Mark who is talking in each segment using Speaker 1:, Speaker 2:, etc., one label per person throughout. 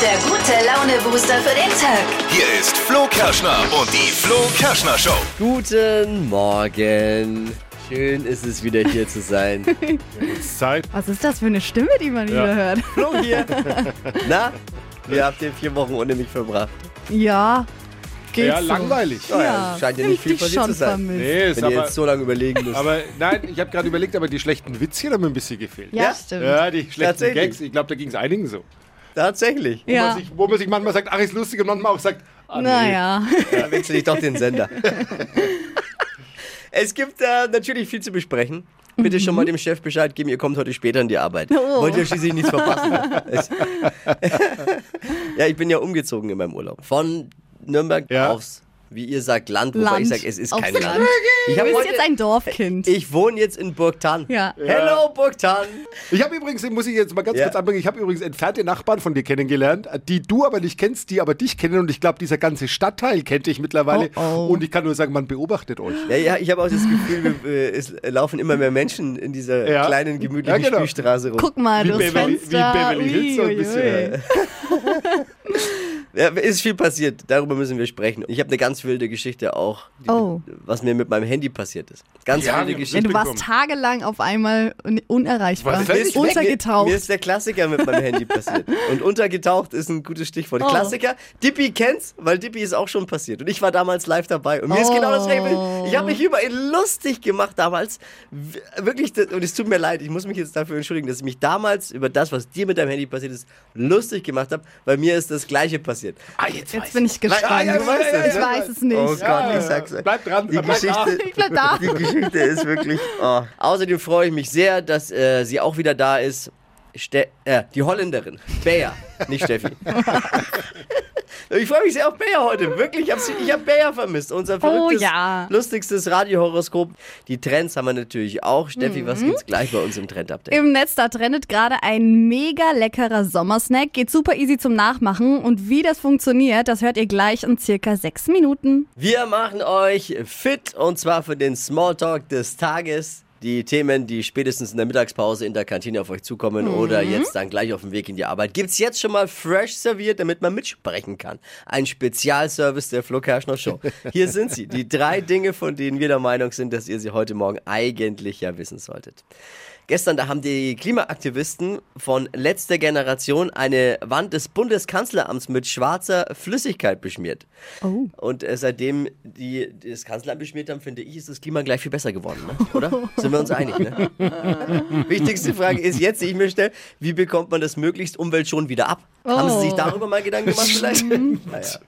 Speaker 1: der gute Laune-Booster für den Tag.
Speaker 2: Hier ist Flo Kerschner und die Flo Kerschner Show.
Speaker 3: Guten Morgen. Schön ist es wieder hier zu sein.
Speaker 4: Zeit.
Speaker 5: Was ist das für eine Stimme, die man wieder hört?
Speaker 3: Flo hier. Na, ihr habt ihr vier Wochen ohne mich verbracht.
Speaker 5: Ja, geht
Speaker 4: Ja,
Speaker 5: so.
Speaker 4: langweilig.
Speaker 3: Ja, scheint ja nicht
Speaker 5: hab ich
Speaker 3: viel
Speaker 5: dich
Speaker 3: passiert
Speaker 5: schon
Speaker 3: zu sein.
Speaker 5: Vermisst.
Speaker 4: Nee, ist
Speaker 3: Wenn ihr
Speaker 4: aber,
Speaker 3: jetzt so lange überlegen müsst.
Speaker 4: aber nein, ich habe gerade überlegt, aber die schlechten Witzchen haben mir ein bisschen gefehlt.
Speaker 5: Ja,
Speaker 3: Ja?
Speaker 5: stimmt.
Speaker 4: Ja, die schlechten
Speaker 3: Tatsächlich.
Speaker 4: Gags, ich glaube, da ging es einigen so.
Speaker 3: Tatsächlich.
Speaker 4: Wo,
Speaker 5: Ja.
Speaker 4: man
Speaker 6: Ah,
Speaker 4: sich, wo man sich manchmal sagt, ach, ist lustig und manchmal auch sagt, ah, nee.
Speaker 5: Naja,
Speaker 3: Da wechsle ich doch den Sender. es gibt äh, natürlich viel zu besprechen. Bitte schon mal dem Chef Bescheid geben, ihr kommt heute später in die Arbeit.
Speaker 5: Mhm. Oh.
Speaker 3: Wollt ihr schließlich nichts verpassen. Es- ja, ich bin ja umgezogen in meinem Urlaub. Von Nürnberg
Speaker 4: Ja.
Speaker 3: aufs, wie ihr sagt, Land, wobei
Speaker 5: Land.
Speaker 3: ich sage, es ist
Speaker 5: Aufs
Speaker 3: kein
Speaker 5: Land.
Speaker 3: Land. Ich,
Speaker 5: du
Speaker 3: hab
Speaker 5: bist
Speaker 3: heute,
Speaker 5: jetzt ein Dorfkind.
Speaker 3: ich wohne jetzt in Burgtan.
Speaker 5: Ja. Ja.
Speaker 3: Hello, Burgtan.
Speaker 4: Ich habe übrigens, muss ich jetzt mal ganz
Speaker 3: Ja.
Speaker 4: kurz anbringen, ich habe übrigens entfernte Nachbarn von dir kennengelernt, die du aber nicht kennst, die aber dich kennen und ich glaube, dieser ganze Stadtteil kennt dich mittlerweile
Speaker 5: Oh, oh.
Speaker 4: und ich kann nur sagen, man beobachtet euch.
Speaker 3: Ja, ja, ich habe auch das Gefühl, wir, äh, es laufen immer mehr Menschen in dieser
Speaker 4: Ja.
Speaker 3: kleinen, gemütlichen
Speaker 4: Ja, genau.
Speaker 3: Spielstraße rum.
Speaker 5: Guck mal
Speaker 4: Wie
Speaker 5: durchs
Speaker 4: Beverly- wie
Speaker 5: Fenster.
Speaker 4: Beverly Hills so ein bisschen.
Speaker 5: Uiuiui.
Speaker 3: Ja, ist viel passiert, darüber müssen wir sprechen. Ich habe eine ganz wilde Geschichte auch, die,
Speaker 5: Oh.
Speaker 3: was mir mit meinem Handy passiert ist. Ganz
Speaker 4: Ja,
Speaker 3: wilde
Speaker 4: ja,
Speaker 5: Ja,
Speaker 3: Geschichte.
Speaker 5: du warst
Speaker 4: Mitbekommen.
Speaker 5: tagelang auf einmal un- unerreichbar.
Speaker 4: Was ist das?
Speaker 3: ist-
Speaker 5: untergetaucht.
Speaker 3: Mir ist der Klassiker mit meinem Handy passiert. Und untergetaucht ist ein gutes Stichwort.
Speaker 5: Oh.
Speaker 3: Klassiker, Dippy kennt's, weil Dippy ist auch schon passiert. Und ich war damals live dabei. Und mir ist genau das
Speaker 5: Oh.
Speaker 3: Ich habe mich über ihn lustig gemacht damals. W- Wirklich, das- und es tut mir leid, ich muss mich jetzt dafür entschuldigen, dass ich mich damals über das, was dir mit deinem Handy passiert ist, lustig gemacht habe, weil mir ist das Gleiche passiert. Ah,
Speaker 5: jetzt bin ich gespannt.
Speaker 3: Ah, ja, du weißt es.
Speaker 5: ich weiß es nicht.
Speaker 3: Oh Gott,
Speaker 4: Ja,
Speaker 3: ich sag's euch.
Speaker 4: bleib dran,
Speaker 3: Die
Speaker 4: bleib
Speaker 3: Geschichte,
Speaker 5: Ich bleib da.
Speaker 3: Die Geschichte ist wirklich. Oh. Außerdem freue ich mich sehr, dass äh, sie auch wieder da ist. Ste äh, die Holländerin. Bea, nicht Steffi. Ich freue mich sehr auf Bea heute. Wirklich, ich habe ich hab Bea vermisst. Unser verrücktes,
Speaker 5: Oh, ja.
Speaker 3: lustigstes Radiohoroskop. Die Trends haben wir natürlich auch. Steffi,
Speaker 5: Mhm.
Speaker 3: was gibt's gleich bei uns im Trend-Update?
Speaker 5: Im Netz, da trendet gerade ein mega leckerer Sommersnack. Geht super easy zum Nachmachen. Und wie das funktioniert, das hört ihr gleich in circa sechs Minuten.
Speaker 3: Wir machen euch fit und zwar für den Smalltalk des Tages. Die Themen, die spätestens in der Mittagspause in der Kantine auf euch zukommen oder jetzt dann gleich auf dem Weg in die Arbeit, gibt's jetzt schon mal fresh serviert, damit man mitsprechen kann. Ein Spezialservice der Flo Kerschner Show. Hier sind sie, die drei Dinge, von denen wir der Meinung sind, dass ihr sie heute Morgen eigentlich ja wissen solltet. Gestern, da haben die Klimaaktivisten von letzter Generation eine Wand des Bundeskanzleramts mit schwarzer Flüssigkeit beschmiert.
Speaker 5: Oh.
Speaker 3: Und äh, seitdem die das Kanzleramt beschmiert haben, finde ich, ist das Klima gleich viel besser geworden, ne? oder? Sind wir uns einig, ne? Wichtigste Frage ist jetzt, die ich mir stelle, wie bekommt man das möglichst umweltschonend wieder ab? Haben Sie sich
Speaker 5: Oh.
Speaker 3: darüber mal Gedanken gemacht vielleicht? Naja.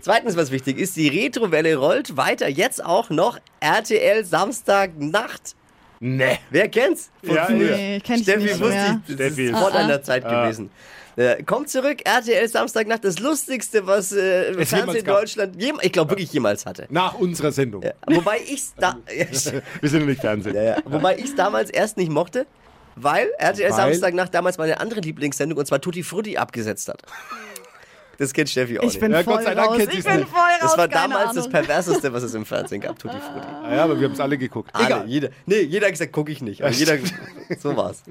Speaker 3: Zweitens, was wichtig ist, die Retrowelle rollt weiter, jetzt auch noch RTL Samstagnacht.
Speaker 4: Nee.
Speaker 3: Wer kennt's? Von
Speaker 4: Ja,
Speaker 3: früher.
Speaker 5: Nee, kenn ich
Speaker 3: Steffi
Speaker 5: nicht
Speaker 3: wusste
Speaker 5: mehr.
Speaker 3: ich, das
Speaker 4: Steffi
Speaker 3: ist
Speaker 4: ist-
Speaker 3: vor
Speaker 4: Ah,
Speaker 3: deiner Zeit gewesen. Äh, kommt zurück, RTL Samstagnacht, das Lustigste, was äh, im
Speaker 4: Es
Speaker 3: Fernsehen
Speaker 4: jemals gab.
Speaker 3: Deutschland, jem, ich glaube wirklich jemals hatte.
Speaker 4: Nach unserer Sendung.
Speaker 3: Wobei ich's da,
Speaker 4: Wir sind ja nicht Fernsehen.
Speaker 3: ja, ja. Wobei ich's damals erst nicht mochte, weil RTL
Speaker 4: Weil?
Speaker 3: Samstagnacht damals meine andere Lieblingssendung, und zwar Tutti Frutti, abgesetzt hat. Das kennt Steffi auch
Speaker 5: Ich
Speaker 3: nicht. ne?
Speaker 5: bin
Speaker 4: Ja, Gott
Speaker 5: voll
Speaker 4: sei Dank
Speaker 5: raus.
Speaker 4: kennt
Speaker 5: Ich
Speaker 4: sie's
Speaker 5: bin
Speaker 4: nicht.
Speaker 5: voll raus.
Speaker 3: das war
Speaker 5: keine
Speaker 3: damals das
Speaker 5: Ahnung.
Speaker 3: Perverseste, was es im Fernsehen gab, Tutti Frutti.
Speaker 4: Ja, aber wir haben es alle geguckt.
Speaker 3: Alle,
Speaker 4: Egal.
Speaker 3: Jeder, nee, jeder hat gesagt, gucke ich nicht. Aber jeder, so war's.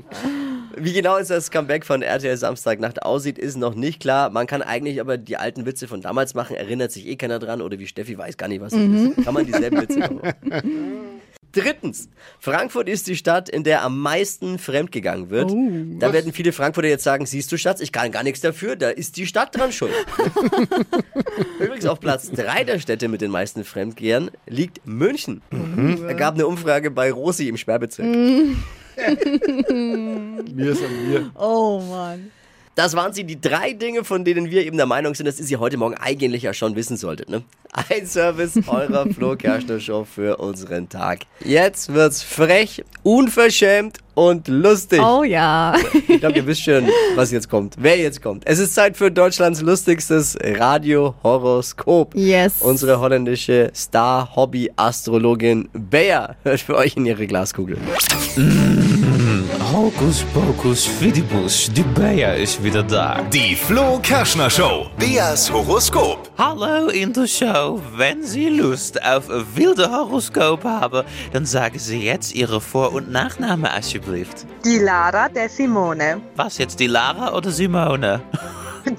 Speaker 3: Wie genau es das Comeback von RTL Samstagnacht aussieht, ist noch nicht klar. Man kann eigentlich aber die alten Witze von damals machen, erinnert sich eh keiner dran oder wie Steffi weiß gar nicht, was es ist. Kann man dieselben Witze noch machen. Drittens, Frankfurt ist die Stadt, in der am meisten fremdgegangen wird. da werden viele Frankfurter jetzt sagen, siehst du Schatz, ich kann gar nichts dafür, da ist die Stadt dran schuld. Übrigens auf Platz 3 der Städte mit den meisten Fremdgehern liegt München. Da gab eine Umfrage bei Rosi im Sperrbezirk.
Speaker 4: Mir ist an mir.
Speaker 5: Oh Mann.
Speaker 3: Das waren sie, die drei Dinge, von denen wir eben der Meinung sind, dass ihr sie heute Morgen eigentlich ja schon wissen solltet. Ne? Ein Service eurer Flo Kerschner Show für unseren Tag. Jetzt wird's frech, unverschämt und lustig.
Speaker 5: Oh ja.
Speaker 3: Ich glaube, ihr wisst schon, was jetzt kommt. Wer jetzt kommt. Es ist Zeit für Deutschlands lustigstes Radiohoroskop.
Speaker 5: Yes.
Speaker 3: Unsere holländische Star-Hobby-Astrologin Bea hört für euch in ihre Glaskugel.
Speaker 7: Hocus pocus fidibus, die Bea is wieder daar.
Speaker 2: Die Flo Kerschner Show. Beas Horoskop.
Speaker 7: Hallo in de show. Wenn Sie Lust auf een wilde Horoskop haben, dann sagen Sie jetzt Ihre Vor- und Nachname alsjeblieft.
Speaker 8: Die Lara der Simone.
Speaker 7: Was jetzt, die Lara oder Simone?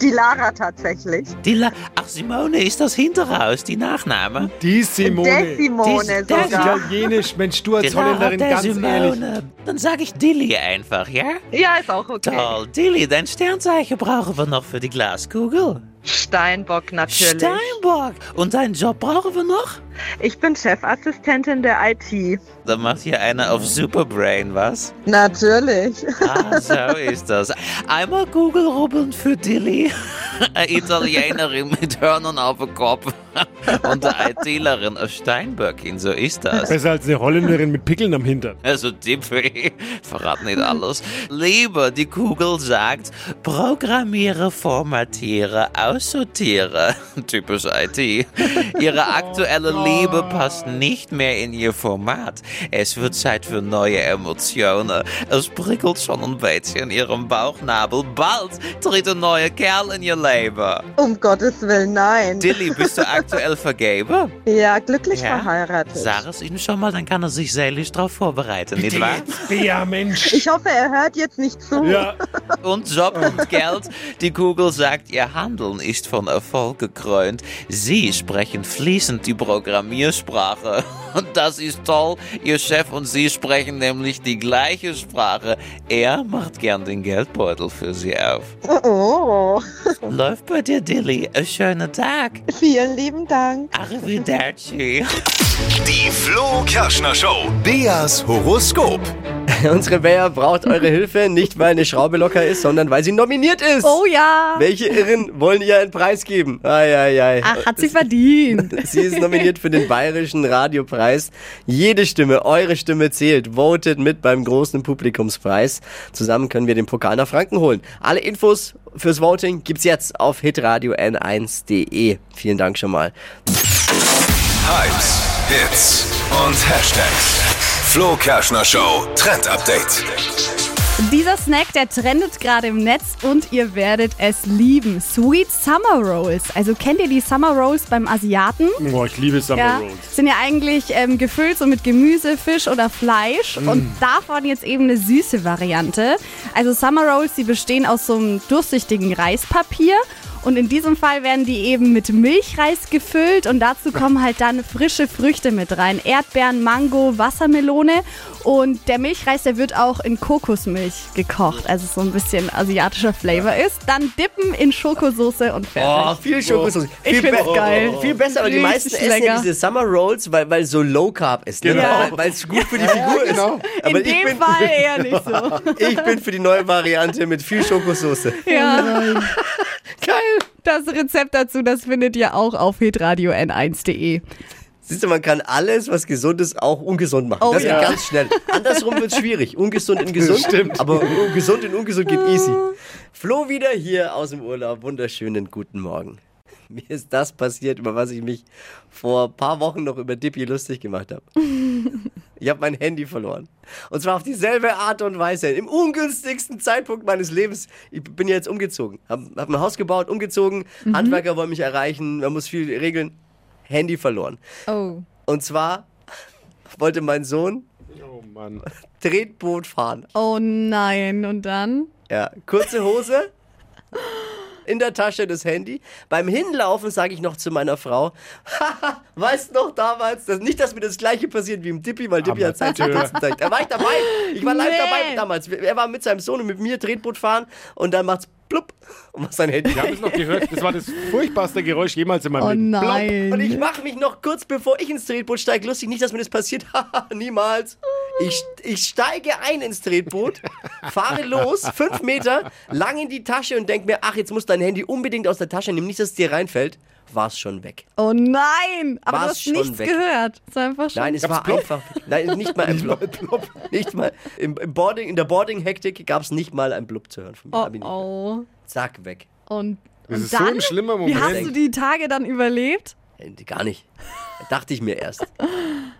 Speaker 8: Die Lara tatsächlich.
Speaker 7: Die La Ach, Simone ist das Hinterhaus, die Nachname.
Speaker 6: Die Simone.
Speaker 8: Der Simone
Speaker 7: Die- der
Speaker 8: sogar.
Speaker 6: Italienisch, Mensch, du
Speaker 7: Die
Speaker 6: als Holländerin,
Speaker 7: Genau. der
Speaker 6: ganz ehrlich.
Speaker 7: Dann sage ich Dilly einfach, ja?
Speaker 8: Ja, ist auch okay.
Speaker 7: Toll, Dilly, dein Sternzeichen brauchen wir noch für die Glaskugel.
Speaker 8: Steinbock natürlich.
Speaker 7: Steinbock. Und deinen Job brauchen wir noch?
Speaker 8: Ich bin Chefassistentin der IT.
Speaker 7: Dann macht hier einer auf Superbrain, was?
Speaker 8: Natürlich.
Speaker 7: Ah, so ist das. Einmal Kugelrubbeln für Dilly, eine Italienerin mit Hörnern auf dem Kopf und eine ITlerin aus Steinböckin, so ist das.
Speaker 6: Besser als eine Holländerin mit Pickeln am Hintern.
Speaker 7: Also Tipp für verrat nicht alles. Lieber, die Kugel sagt, programmiere, formatiere, aussortiere. Typisch IT. Ihre aktuelle Liebe passt nicht mehr in ihr Format. Es wird Zeit für neue Emotionen. Es prickelt schon ein bisschen in ihrem Bauchnabel. Bald tritt ein neuer Kerl in ihr Leben.
Speaker 8: Um Gottes Willen, nein.
Speaker 7: Dilly, bist du aktuell vergeben?
Speaker 8: Ja, glücklich
Speaker 7: Ja.
Speaker 8: verheiratet.
Speaker 7: Sag es ihm schon mal, dann kann er sich seelisch darauf vorbereiten, nicht wahr?
Speaker 6: Ja, Mensch.
Speaker 8: Ich hoffe, er hört jetzt nicht zu.
Speaker 6: Ja,
Speaker 7: und Job und Geld. Die Kugel sagt, ihr Handeln ist von Erfolg gekrönt. Sie sprechen fließend die Programmiersprache. Und das ist toll. Ihr Chef und sie sprechen nämlich die gleiche Sprache. Er macht gern den Geldbeutel für sie auf.
Speaker 8: Oh,
Speaker 7: Läuft bei dir, Dilly. Einen schönen Tag.
Speaker 8: vielen lieben Dank.
Speaker 7: Arrivederci.
Speaker 2: Die Flo Kerschner Show. Beas Horoskop.
Speaker 3: Unsere Bär braucht eure Hilfe, nicht weil eine Schraube locker ist, sondern weil sie nominiert ist.
Speaker 5: Oh ja.
Speaker 3: Welche Irren wollen ihr einen Preis geben? Ai, ai, ai.
Speaker 5: Ach,
Speaker 4: Äh,
Speaker 5: hat sie verdient.
Speaker 3: Sie ist nominiert für den Bayerischen Radiopreis. Jede Stimme, eure Stimme zählt. Votet mit beim großen Publikumspreis. Zusammen können wir den Pokal nach Franken holen. Alle Infos fürs Voting gibt's jetzt auf hitradio n1.de. Vielen Dank schon mal.
Speaker 2: Hypes, Hits und Hashtags. Flo Kerschner Show Trend Update.
Speaker 5: Dieser Snack, der trendet gerade im Netz und ihr werdet es lieben. Sweet Summer Rolls. Also kennt ihr die Summer Rolls beim Asiaten?
Speaker 6: Boah, Oh, ich liebe Summer
Speaker 5: Ja,
Speaker 6: Rolls.
Speaker 5: sind ja eigentlich ähm, gefüllt so mit Gemüse, Fisch oder Fleisch
Speaker 3: Mm.
Speaker 5: und davon jetzt eben eine süße Variante. Also Summer Rolls, die bestehen aus so einem durchsichtigen Reispapier und in diesem Fall werden die eben mit Milchreis gefüllt und dazu kommen halt dann frische Früchte mit rein. Erdbeeren, Mango, Wassermelone und der Milchreis, der wird auch in Kokosmilch gekocht, also so ein bisschen asiatischer Flavor ist. Dann dippen in Schokosoße und fertig.
Speaker 3: Oh, viel Schokosoße.
Speaker 5: Ich
Speaker 3: Viel
Speaker 5: find's
Speaker 3: be- oh,
Speaker 5: geil.
Speaker 3: Viel besser, aber die
Speaker 5: Richtig
Speaker 3: meisten essen ja
Speaker 5: lecker.
Speaker 3: diese Summer Rolls, weil, weil so Low Carb ist. Ne?
Speaker 6: Genau.
Speaker 3: Weil- Weil es gut für die Figur
Speaker 4: genau.
Speaker 3: ist.
Speaker 5: In
Speaker 3: Aber ich,
Speaker 5: dem
Speaker 3: bin,
Speaker 5: Fall eher nicht so.
Speaker 3: ich bin für die neue Variante mit viel Schokosoße.
Speaker 5: Ja. Geil. Das Rezept dazu, das findet ihr auch auf hitradio n1.de.
Speaker 3: Siehst du, man kann alles, was gesund ist, auch ungesund machen. das
Speaker 5: ja.
Speaker 3: geht ganz schnell. Andersrum wird schwierig. Ungesund in gesund.
Speaker 4: Stimmt.
Speaker 3: Aber gesund in ungesund geht easy. Flo wieder hier aus dem Urlaub. Wunderschönen guten Morgen. Mir ist das passiert, über was ich mich vor ein paar Wochen noch über Dippy lustig gemacht habe. Ich habe mein Handy verloren. Und zwar auf dieselbe Art und Weise. Im ungünstigsten Zeitpunkt meines Lebens. Ich bin jetzt umgezogen. Habe hab ein Haus gebaut, umgezogen. Handwerker wollen mich erreichen. Man muss viel regeln. Handy verloren.
Speaker 5: Oh.
Speaker 3: Und zwar wollte mein Sohn
Speaker 6: Oh Mann.
Speaker 3: Tretboot fahren.
Speaker 5: Oh nein. Und dann?
Speaker 3: Ja, kurze Hose, in der Tasche das Handy. Beim Hinlaufen sage ich noch zu meiner Frau, "Haha, weißt noch damals, dass nicht, dass mir das gleiche passiert wie im Dippi, weil Dippi hat Zeit
Speaker 6: Amateur.
Speaker 3: gezeigt. Da war ich dabei. Ich war live
Speaker 5: Nee.
Speaker 3: dabei damals. Er war mit seinem Sohn und mit mir Tretboot fahren und dann macht's plupp und macht sein Handy.
Speaker 6: Ich habe es noch gehört. Das war das furchtbarste Geräusch jemals in meinem
Speaker 5: Oh
Speaker 6: Leben.
Speaker 5: nein.
Speaker 3: Und ich mache mich noch kurz bevor ich ins Tretboot steige lustig, nicht, dass mir das passiert. Haha, Niemals. Ich, ich steige ein ins Tretboot, fahre los, fünf Meter, lang in die Tasche und denke mir, ach, jetzt muss dein Handy unbedingt aus der Tasche nehmen, nicht, dass es dir reinfällt. War es schon weg.
Speaker 5: Oh nein. Aber
Speaker 3: War's
Speaker 5: du hast
Speaker 3: schon
Speaker 5: nichts
Speaker 3: weg.
Speaker 5: gehört. Es war einfach schon.
Speaker 3: Nein, es war einfach. Nein, nicht mal ein Blub. Nicht mal. Im, im Boarding, in der Boarding-Hektik gab es nicht mal ein Blub zu hören von mir.
Speaker 5: oh,
Speaker 3: Hab ich nicht gehört.
Speaker 5: oh.
Speaker 3: Zack, weg.
Speaker 5: Und,
Speaker 6: Das
Speaker 5: und
Speaker 6: ist so
Speaker 5: dann?
Speaker 6: ein schlimmer
Speaker 5: Wie hast
Speaker 6: Moment.
Speaker 5: du die Tage dann überlebt?
Speaker 3: Äh, Gar nicht. Dachte ich mir erst.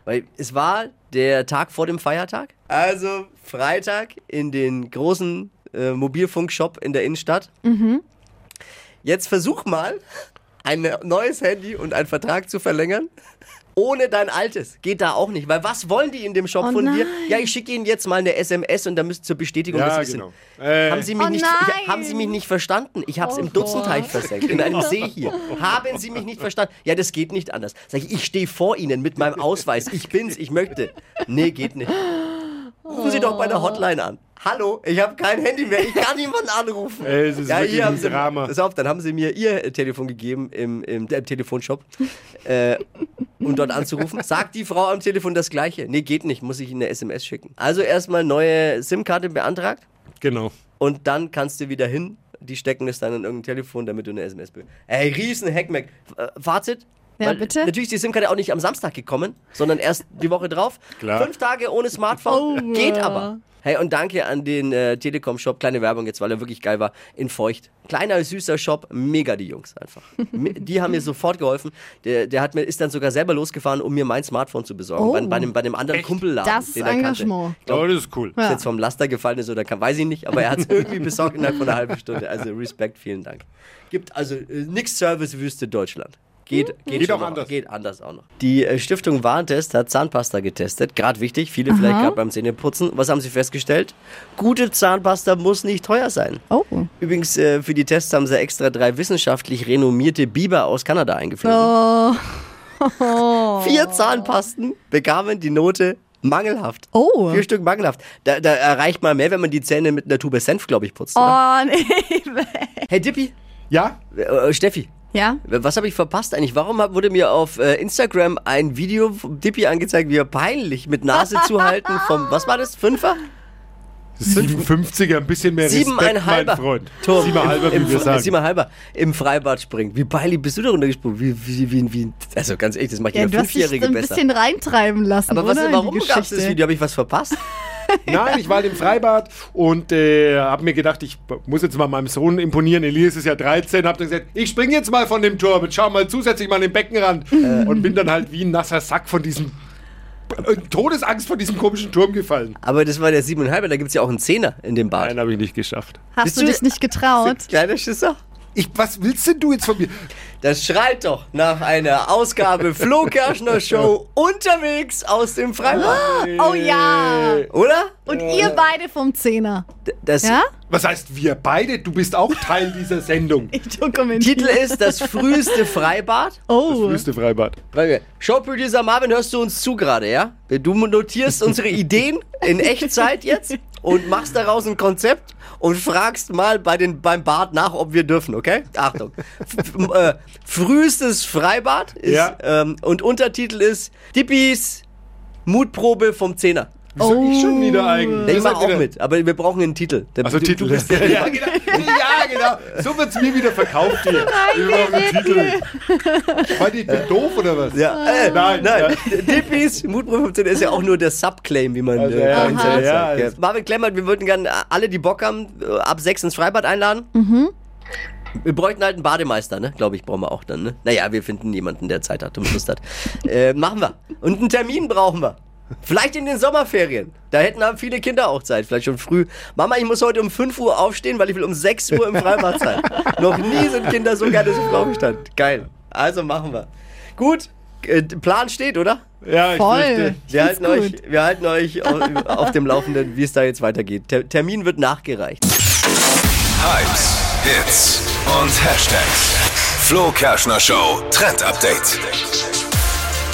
Speaker 3: Weil es war der Tag vor dem Feiertag. Also Freitag in den großen äh, Mobilfunkshop in der Innenstadt.
Speaker 5: Mhm.
Speaker 3: Jetzt versuch mal, ein neues Handy und einen Vertrag zu verlängern. Ohne dein altes. Geht da auch nicht. Weil was wollen die in dem Shop
Speaker 5: Oh
Speaker 3: von dir?
Speaker 5: nein.
Speaker 3: Ja, ich schicke ihnen jetzt mal eine SMS und dann müsst zur Bestätigung
Speaker 6: Ja,
Speaker 3: dass sie es
Speaker 6: genau.
Speaker 3: sind.
Speaker 6: Äh.
Speaker 3: Haben, sie mich
Speaker 5: Oh
Speaker 3: nicht,
Speaker 5: nein.
Speaker 3: ich, haben Sie mich nicht verstanden? Ich habe es
Speaker 5: Oh
Speaker 3: im Dutzenteich
Speaker 5: Gott. Genau.
Speaker 3: versenkt, in einem See hier. Haben Sie mich nicht verstanden? Ja, das geht nicht anders. Sag ich, ich stehe vor Ihnen mit meinem Ausweis. Ich bin's, ich möchte. Nee, geht nicht. Rufen Sie doch bei der Hotline an. Hallo, ich habe kein Handy mehr, ich kann niemanden anrufen.
Speaker 6: Ey, es ist
Speaker 3: ja,
Speaker 6: wirklich
Speaker 3: hier
Speaker 6: ein
Speaker 3: haben sie,
Speaker 6: Drama.
Speaker 3: Pass auf, dann haben sie mir ihr äh, Telefon gegeben im, im, im Telefonshop, äh, um dort anzurufen. Sagt die Frau am Telefon das Gleiche? Nee, geht nicht, muss ich Ihnen eine SMS schicken. Also erstmal neue SIM-Karte beantragt
Speaker 6: Genau.
Speaker 3: und dann kannst du wieder hin. Die stecken das dann in irgendein Telefon, damit du eine SMS bekommst. Ey, riesen Hackmack. F- äh, Fazit?
Speaker 5: Ja,
Speaker 3: Weil
Speaker 5: bitte?
Speaker 3: Natürlich ist die SIM-Karte auch nicht am Samstag gekommen, sondern erst die Woche drauf.
Speaker 6: Klar.
Speaker 3: Fünf Tage ohne Smartphone. Geht aber. Hey, und danke an den äh, Telekom-Shop. Kleine Werbung jetzt, weil er wirklich geil war. In Feucht. Kleiner, süßer Shop. Mega die Jungs einfach. Mi- die haben mir sofort geholfen. Der, der hat mir, ist dann sogar selber losgefahren, um mir mein Smartphone zu besorgen.
Speaker 5: Oh.
Speaker 3: Bei, bei, dem, bei dem anderen Kumpelladen.
Speaker 5: Das ist
Speaker 3: den er kannte.
Speaker 5: Engagement.
Speaker 3: glaub,
Speaker 6: Aber das ist cool.
Speaker 3: Ob
Speaker 5: Ja.
Speaker 3: es jetzt vom Laster gefallen ist oder kann, weiß ich nicht, aber er hat es irgendwie besorgt innerhalb von einer halben Stunde. Also Respekt, vielen Dank. Gibt also äh, nix Servicewüste Deutschland. Geht, geht,
Speaker 6: Hm, Geht
Speaker 3: schon
Speaker 6: auch
Speaker 3: noch,
Speaker 6: anders.
Speaker 3: Geht anders auch noch. Die äh, Stiftung Warentest hat Zahnpasta getestet. Gerade wichtig, viele vielleicht gerade beim Zähneputzen. Was haben sie festgestellt? Gute Zahnpasta muss nicht teuer sein.
Speaker 5: Oh.
Speaker 3: Übrigens, äh, für die Tests haben sie extra drei wissenschaftlich renommierte Biber aus Kanada eingeflogen.
Speaker 5: Oh.
Speaker 3: Vier Zahnpasten bekamen die Note mangelhaft.
Speaker 5: Oh.
Speaker 3: Vier Stück mangelhaft. Da, da erreicht man mehr, wenn man die Zähne mit einer Tube Senf, glaube ich, putzt. oder?
Speaker 5: Oh, nee. Oh.
Speaker 3: Hey Dippi,
Speaker 4: Ja?
Speaker 3: äh, äh, Steffi,
Speaker 5: Ja?
Speaker 3: was habe ich verpasst eigentlich? Warum hab- wurde mir auf äh, Instagram ein Video von Dippi angezeigt, wie er peinlich mit Nase zuhalten vom, was war das, Fünfer?
Speaker 6: 57er, ein bisschen mehr Respekt, mein
Speaker 3: Siebeneinhalber.
Speaker 6: Freund.
Speaker 3: Turm.
Speaker 6: Siebeneinhalber,
Speaker 3: Im,
Speaker 6: wie wir
Speaker 3: im, äh,
Speaker 6: sagen.
Speaker 3: siebeneinhalber. Im Freibad springt. Wie peinlich bist du da runtergesprungen? Wie, wie, wie, wie, also ganz ehrlich, das macht
Speaker 5: Ja,
Speaker 3: jeder
Speaker 5: du hast dich
Speaker 3: Fünfjährige
Speaker 5: ein
Speaker 3: besser.
Speaker 5: bisschen reintreiben lassen.
Speaker 3: Aber was,
Speaker 5: oder, in die
Speaker 3: warum gab es das
Speaker 5: Geschichte?
Speaker 3: Video? Habe ich was verpasst?
Speaker 6: Nein, ich war halt im Freibad und äh, habe mir gedacht, ich muss jetzt mal meinem Sohn imponieren. Elias ist ja 13, habe dann gesagt, ich spring jetzt mal von dem Turm und schau mal zusätzlich mal an den Beckenrand. Und bin dann halt wie ein nasser Sack von diesem äh, Todesangst von diesem komischen Turm gefallen.
Speaker 3: Aber das war der siebeneinhalber, da gibt es ja auch einen Zehner in dem Bad.
Speaker 6: Nein, habe ich nicht geschafft.
Speaker 5: Hast
Speaker 3: Bist
Speaker 5: du
Speaker 3: du-
Speaker 5: dich nicht getraut?
Speaker 3: Kleiner Schisser.
Speaker 6: Ich, was willst denn du jetzt von mir?
Speaker 3: Das schreit doch nach einer Ausgabe Flo Kerschner Show unterwegs aus dem Freibad.
Speaker 5: Oh ja.
Speaker 6: Äh,
Speaker 3: Oder?
Speaker 5: Und ihr beide vom Zehner.
Speaker 3: D- Das
Speaker 5: Ja?
Speaker 6: Was heißt wir beide? Du bist auch Teil dieser Sendung.
Speaker 5: Ich dokumentiere.
Speaker 3: Titel ist Das früheste Freibad.
Speaker 5: Oh.
Speaker 6: Wüste Freibad.
Speaker 3: Showproducer Marvin, hörst du uns zu gerade, ja? Du notierst unsere Ideen in Echtzeit jetzt und machst daraus ein Konzept und fragst mal bei den, beim Bad nach, ob wir dürfen, okay? Achtung. F f- äh, frühestes Freibad ist,
Speaker 6: Ja.
Speaker 3: ähm, und Untertitel ist Dippis Mutprobe vom Zehner.
Speaker 6: Wieso ich schon wieder eigentlich?
Speaker 3: Ich
Speaker 6: Mhm. Das
Speaker 3: mach
Speaker 6: hat
Speaker 3: auch
Speaker 6: wieder-
Speaker 3: mit, aber wir brauchen einen Titel. Der-
Speaker 6: Also
Speaker 3: du-
Speaker 6: Titel.
Speaker 3: Du bist
Speaker 6: ja, genau. ja, genau. So wird es mir wieder verkauft hier. Über den Titel. Meint ihr, ich bin doof oder was?
Speaker 3: Ja, äh, nein,
Speaker 6: Nein,
Speaker 3: nein. Dippis Mutprobe 15 ist ja auch nur der Subclaim, wie man
Speaker 6: Also,
Speaker 3: äh,
Speaker 6: ja,
Speaker 3: bei
Speaker 6: Aha.
Speaker 3: Internet
Speaker 6: ja,
Speaker 3: sagt.
Speaker 6: ja.
Speaker 3: Ja. Marvin Klemmert, wir würden gerne alle, die Bock haben, äh, ab sechs ins Freibad einladen.
Speaker 6: Mhm.
Speaker 3: Wir bräuchten halt einen Bademeister, ne? Glaube ich, brauchen wir auch dann, ne? Naja, wir finden niemanden, der Zeit hat und Lust hat. äh, machen wir. Und einen Termin brauchen wir. Vielleicht in den Sommerferien. Da hätten haben viele Kinder auch Zeit, vielleicht schon früh. Mama, ich muss heute um 5 Uhr aufstehen, weil ich will um 6 Uhr im Freibad sein. Noch nie sind Kinder so gerne so früh aufgestanden. Geil. Also machen wir. Gut, äh, Plan steht, oder?
Speaker 6: Ja, ich
Speaker 5: Voll.
Speaker 6: fürchte.
Speaker 5: Ich
Speaker 3: Wir
Speaker 5: find's
Speaker 3: halten, euch, wir halten euch auf, auf dem Laufenden, wie es da jetzt weitergeht. Ter Termin wird nachgereicht.
Speaker 2: Hypes, Hits und Hashtags. Flo Kerschner Show Trend Update.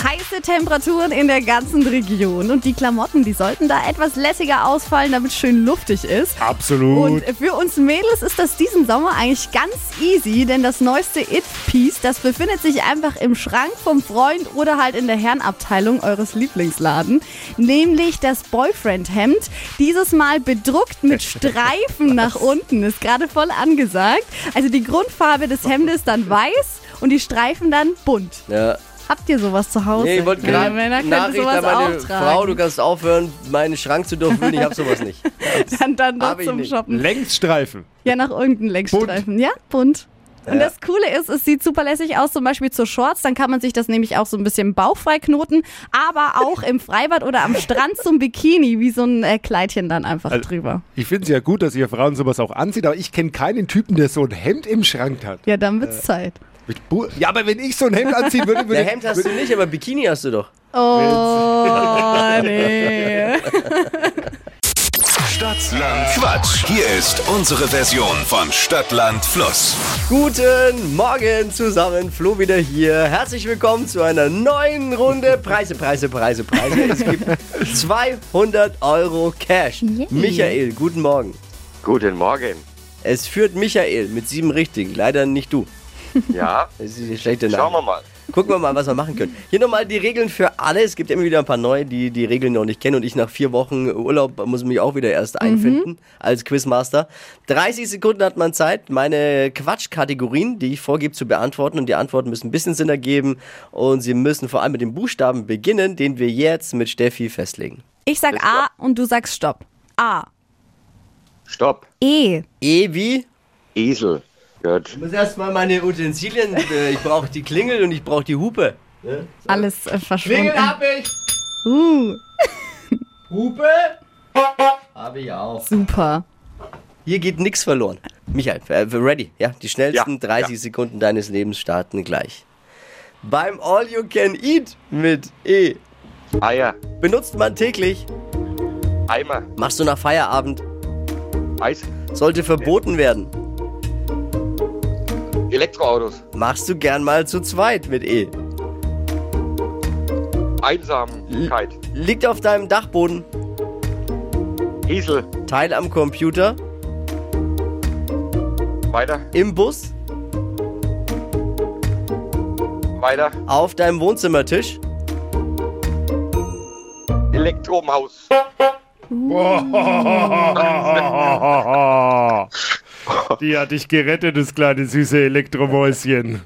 Speaker 5: heiße Temperaturen in der ganzen Region und die Klamotten, die sollten da etwas lässiger ausfallen, damit es schön luftig ist.
Speaker 6: Absolut.
Speaker 5: Und für uns Mädels ist das diesen Sommer eigentlich ganz easy, denn das neueste It-Piece, das befindet sich einfach im Schrank vom Freund oder halt in der Herrenabteilung eures Lieblingsladen, nämlich das Boyfriend-Hemd. Dieses Mal bedruckt mit Streifen nach unten, ist gerade voll angesagt. Also die Grundfarbe des Hemdes dann weiß und die Streifen dann bunt.
Speaker 3: Ja,
Speaker 5: Habt ihr sowas zu Hause?
Speaker 3: Nee, ich wollte
Speaker 5: Ja,
Speaker 3: gerade
Speaker 5: Männer könnten
Speaker 3: Nachricht an
Speaker 5: sowas
Speaker 3: meine
Speaker 5: auch
Speaker 3: Frau, du
Speaker 5: tragen.
Speaker 3: kannst aufhören, meinen Schrank zu durchwühlen, ich hab sowas nicht.
Speaker 5: Dann, dann doch
Speaker 3: Hab ich
Speaker 5: zum
Speaker 3: nicht.
Speaker 5: Shoppen.
Speaker 6: Längsstreifen.
Speaker 5: Ja, nach irgendeinem Lenkstreifen. Ja, bunt.
Speaker 3: Ja.
Speaker 5: Und das Coole ist, es sieht super lässig aus, zum Beispiel zur Shorts. Dann kann man sich das nämlich auch so ein bisschen bauchfrei knoten, aber auch im Freibad oder am Strand zum Bikini, wie so ein äh, Kleidchen dann einfach
Speaker 6: Also-
Speaker 5: drüber.
Speaker 6: Ich finde es ja gut, dass ihr Frauen sowas auch anzieht, aber ich kenne keinen Typen, der so ein Hemd im Schrank hat.
Speaker 3: äh,
Speaker 5: Ja, dann wird's Zeit.
Speaker 4: Mit Bu ja, aber wenn ich so ein Hemd anziehen würde, würde
Speaker 3: Der
Speaker 4: ich-
Speaker 3: Hemd hast du nicht, aber Bikini hast du doch.
Speaker 5: Oh, nee.
Speaker 2: Stadtland Quatsch. Hier ist unsere Version von Stadtland Fluss.
Speaker 3: Guten Morgen zusammen, Flo wieder hier. Herzlich willkommen zu einer neuen Runde Preise, Preise, Preise, Preise. Es gibt 200 Euro Cash. Michael, guten Morgen.
Speaker 9: Guten Morgen.
Speaker 3: Es führt Michael mit sieben richtigen, leider nicht du.
Speaker 9: Ja,
Speaker 3: Das ist eine schlechte
Speaker 9: schauen wir
Speaker 3: Nachricht.
Speaker 9: mal.
Speaker 3: Gucken wir mal, was wir machen können. Hier nochmal die Regeln für alle. Es gibt immer wieder ein paar neue, die die Regeln noch nicht kennen. Und ich nach vier Wochen Urlaub muss mich auch wieder erst einfinden als Quizmaster. 30 Sekunden hat man Zeit, meine Quatschkategorien, die ich vorgebe, zu beantworten. Und die Antworten müssen ein bisschen Sinn ergeben. Und sie müssen vor allem mit dem Buchstaben beginnen, den wir jetzt mit Steffi festlegen.
Speaker 5: Ich sag A und du sagst Stopp. A.
Speaker 9: Stopp.
Speaker 5: E.
Speaker 3: E wie?
Speaker 9: Esel. Gut.
Speaker 3: Ich muss erstmal meine Utensilien. äh, Ich brauche die Klingel und ich brauche die Hupe.
Speaker 5: Alles äh, verschwunden.
Speaker 3: ich!
Speaker 5: Uh,
Speaker 3: Hupe? Habe ich auch.
Speaker 5: super.
Speaker 3: Hier geht nichts verloren. Michael, äh, ready. Ja, die schnellsten
Speaker 9: Ja,
Speaker 3: 30 Sekunden deines Lebens starten gleich. Beim All You Can Eat mit E
Speaker 9: Eier.
Speaker 3: benutzt man täglich.
Speaker 9: Eimer.
Speaker 3: Machst du nach Feierabend.
Speaker 9: Eis.
Speaker 3: Sollte verboten werden.
Speaker 9: Elektroautos.
Speaker 3: Machst du gern mal zu zweit mit E.
Speaker 9: Einsamkeit.
Speaker 3: Liegt auf deinem Dachboden.
Speaker 9: Esel.
Speaker 3: Teil am Computer.
Speaker 9: Weiter.
Speaker 3: Im Bus.
Speaker 9: Weiter.
Speaker 3: Auf deinem Wohnzimmertisch.
Speaker 9: Elektromaus.
Speaker 6: Die hat dich gerettet, das kleine süße Elektromäuschen.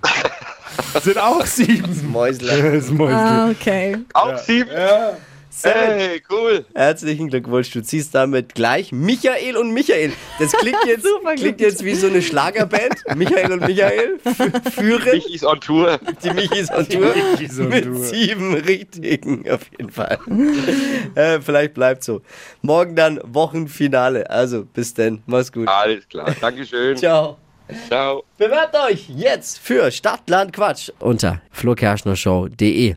Speaker 6: Sind auch
Speaker 3: Ah.
Speaker 6: sieben.
Speaker 3: Mäusler.
Speaker 6: Das Mäuschen.
Speaker 5: Ah, Okay.
Speaker 9: Auch sieben. Hey, cool.
Speaker 3: Herzlichen Glückwunsch, du ziehst damit gleich Michael und Michael. Das klingt jetzt,
Speaker 5: Super
Speaker 3: klingt
Speaker 5: Glückwunsch.
Speaker 3: jetzt wie so eine Schlagerband. Michael und Michael f- führen
Speaker 9: Ich ist on Tour.
Speaker 3: die Michis on Tour
Speaker 6: Michis on
Speaker 3: mit
Speaker 6: Tour.
Speaker 3: sieben Richtigen auf jeden Fall. äh, vielleicht bleibt so. Morgen dann Wochenfinale. Also bis denn. Mach's gut.
Speaker 9: Alles klar. Dankeschön.
Speaker 3: Ciao.
Speaker 9: Ciao.
Speaker 3: Bewerbt euch jetzt für Stadtland Quatsch unter flokerschnershow.de.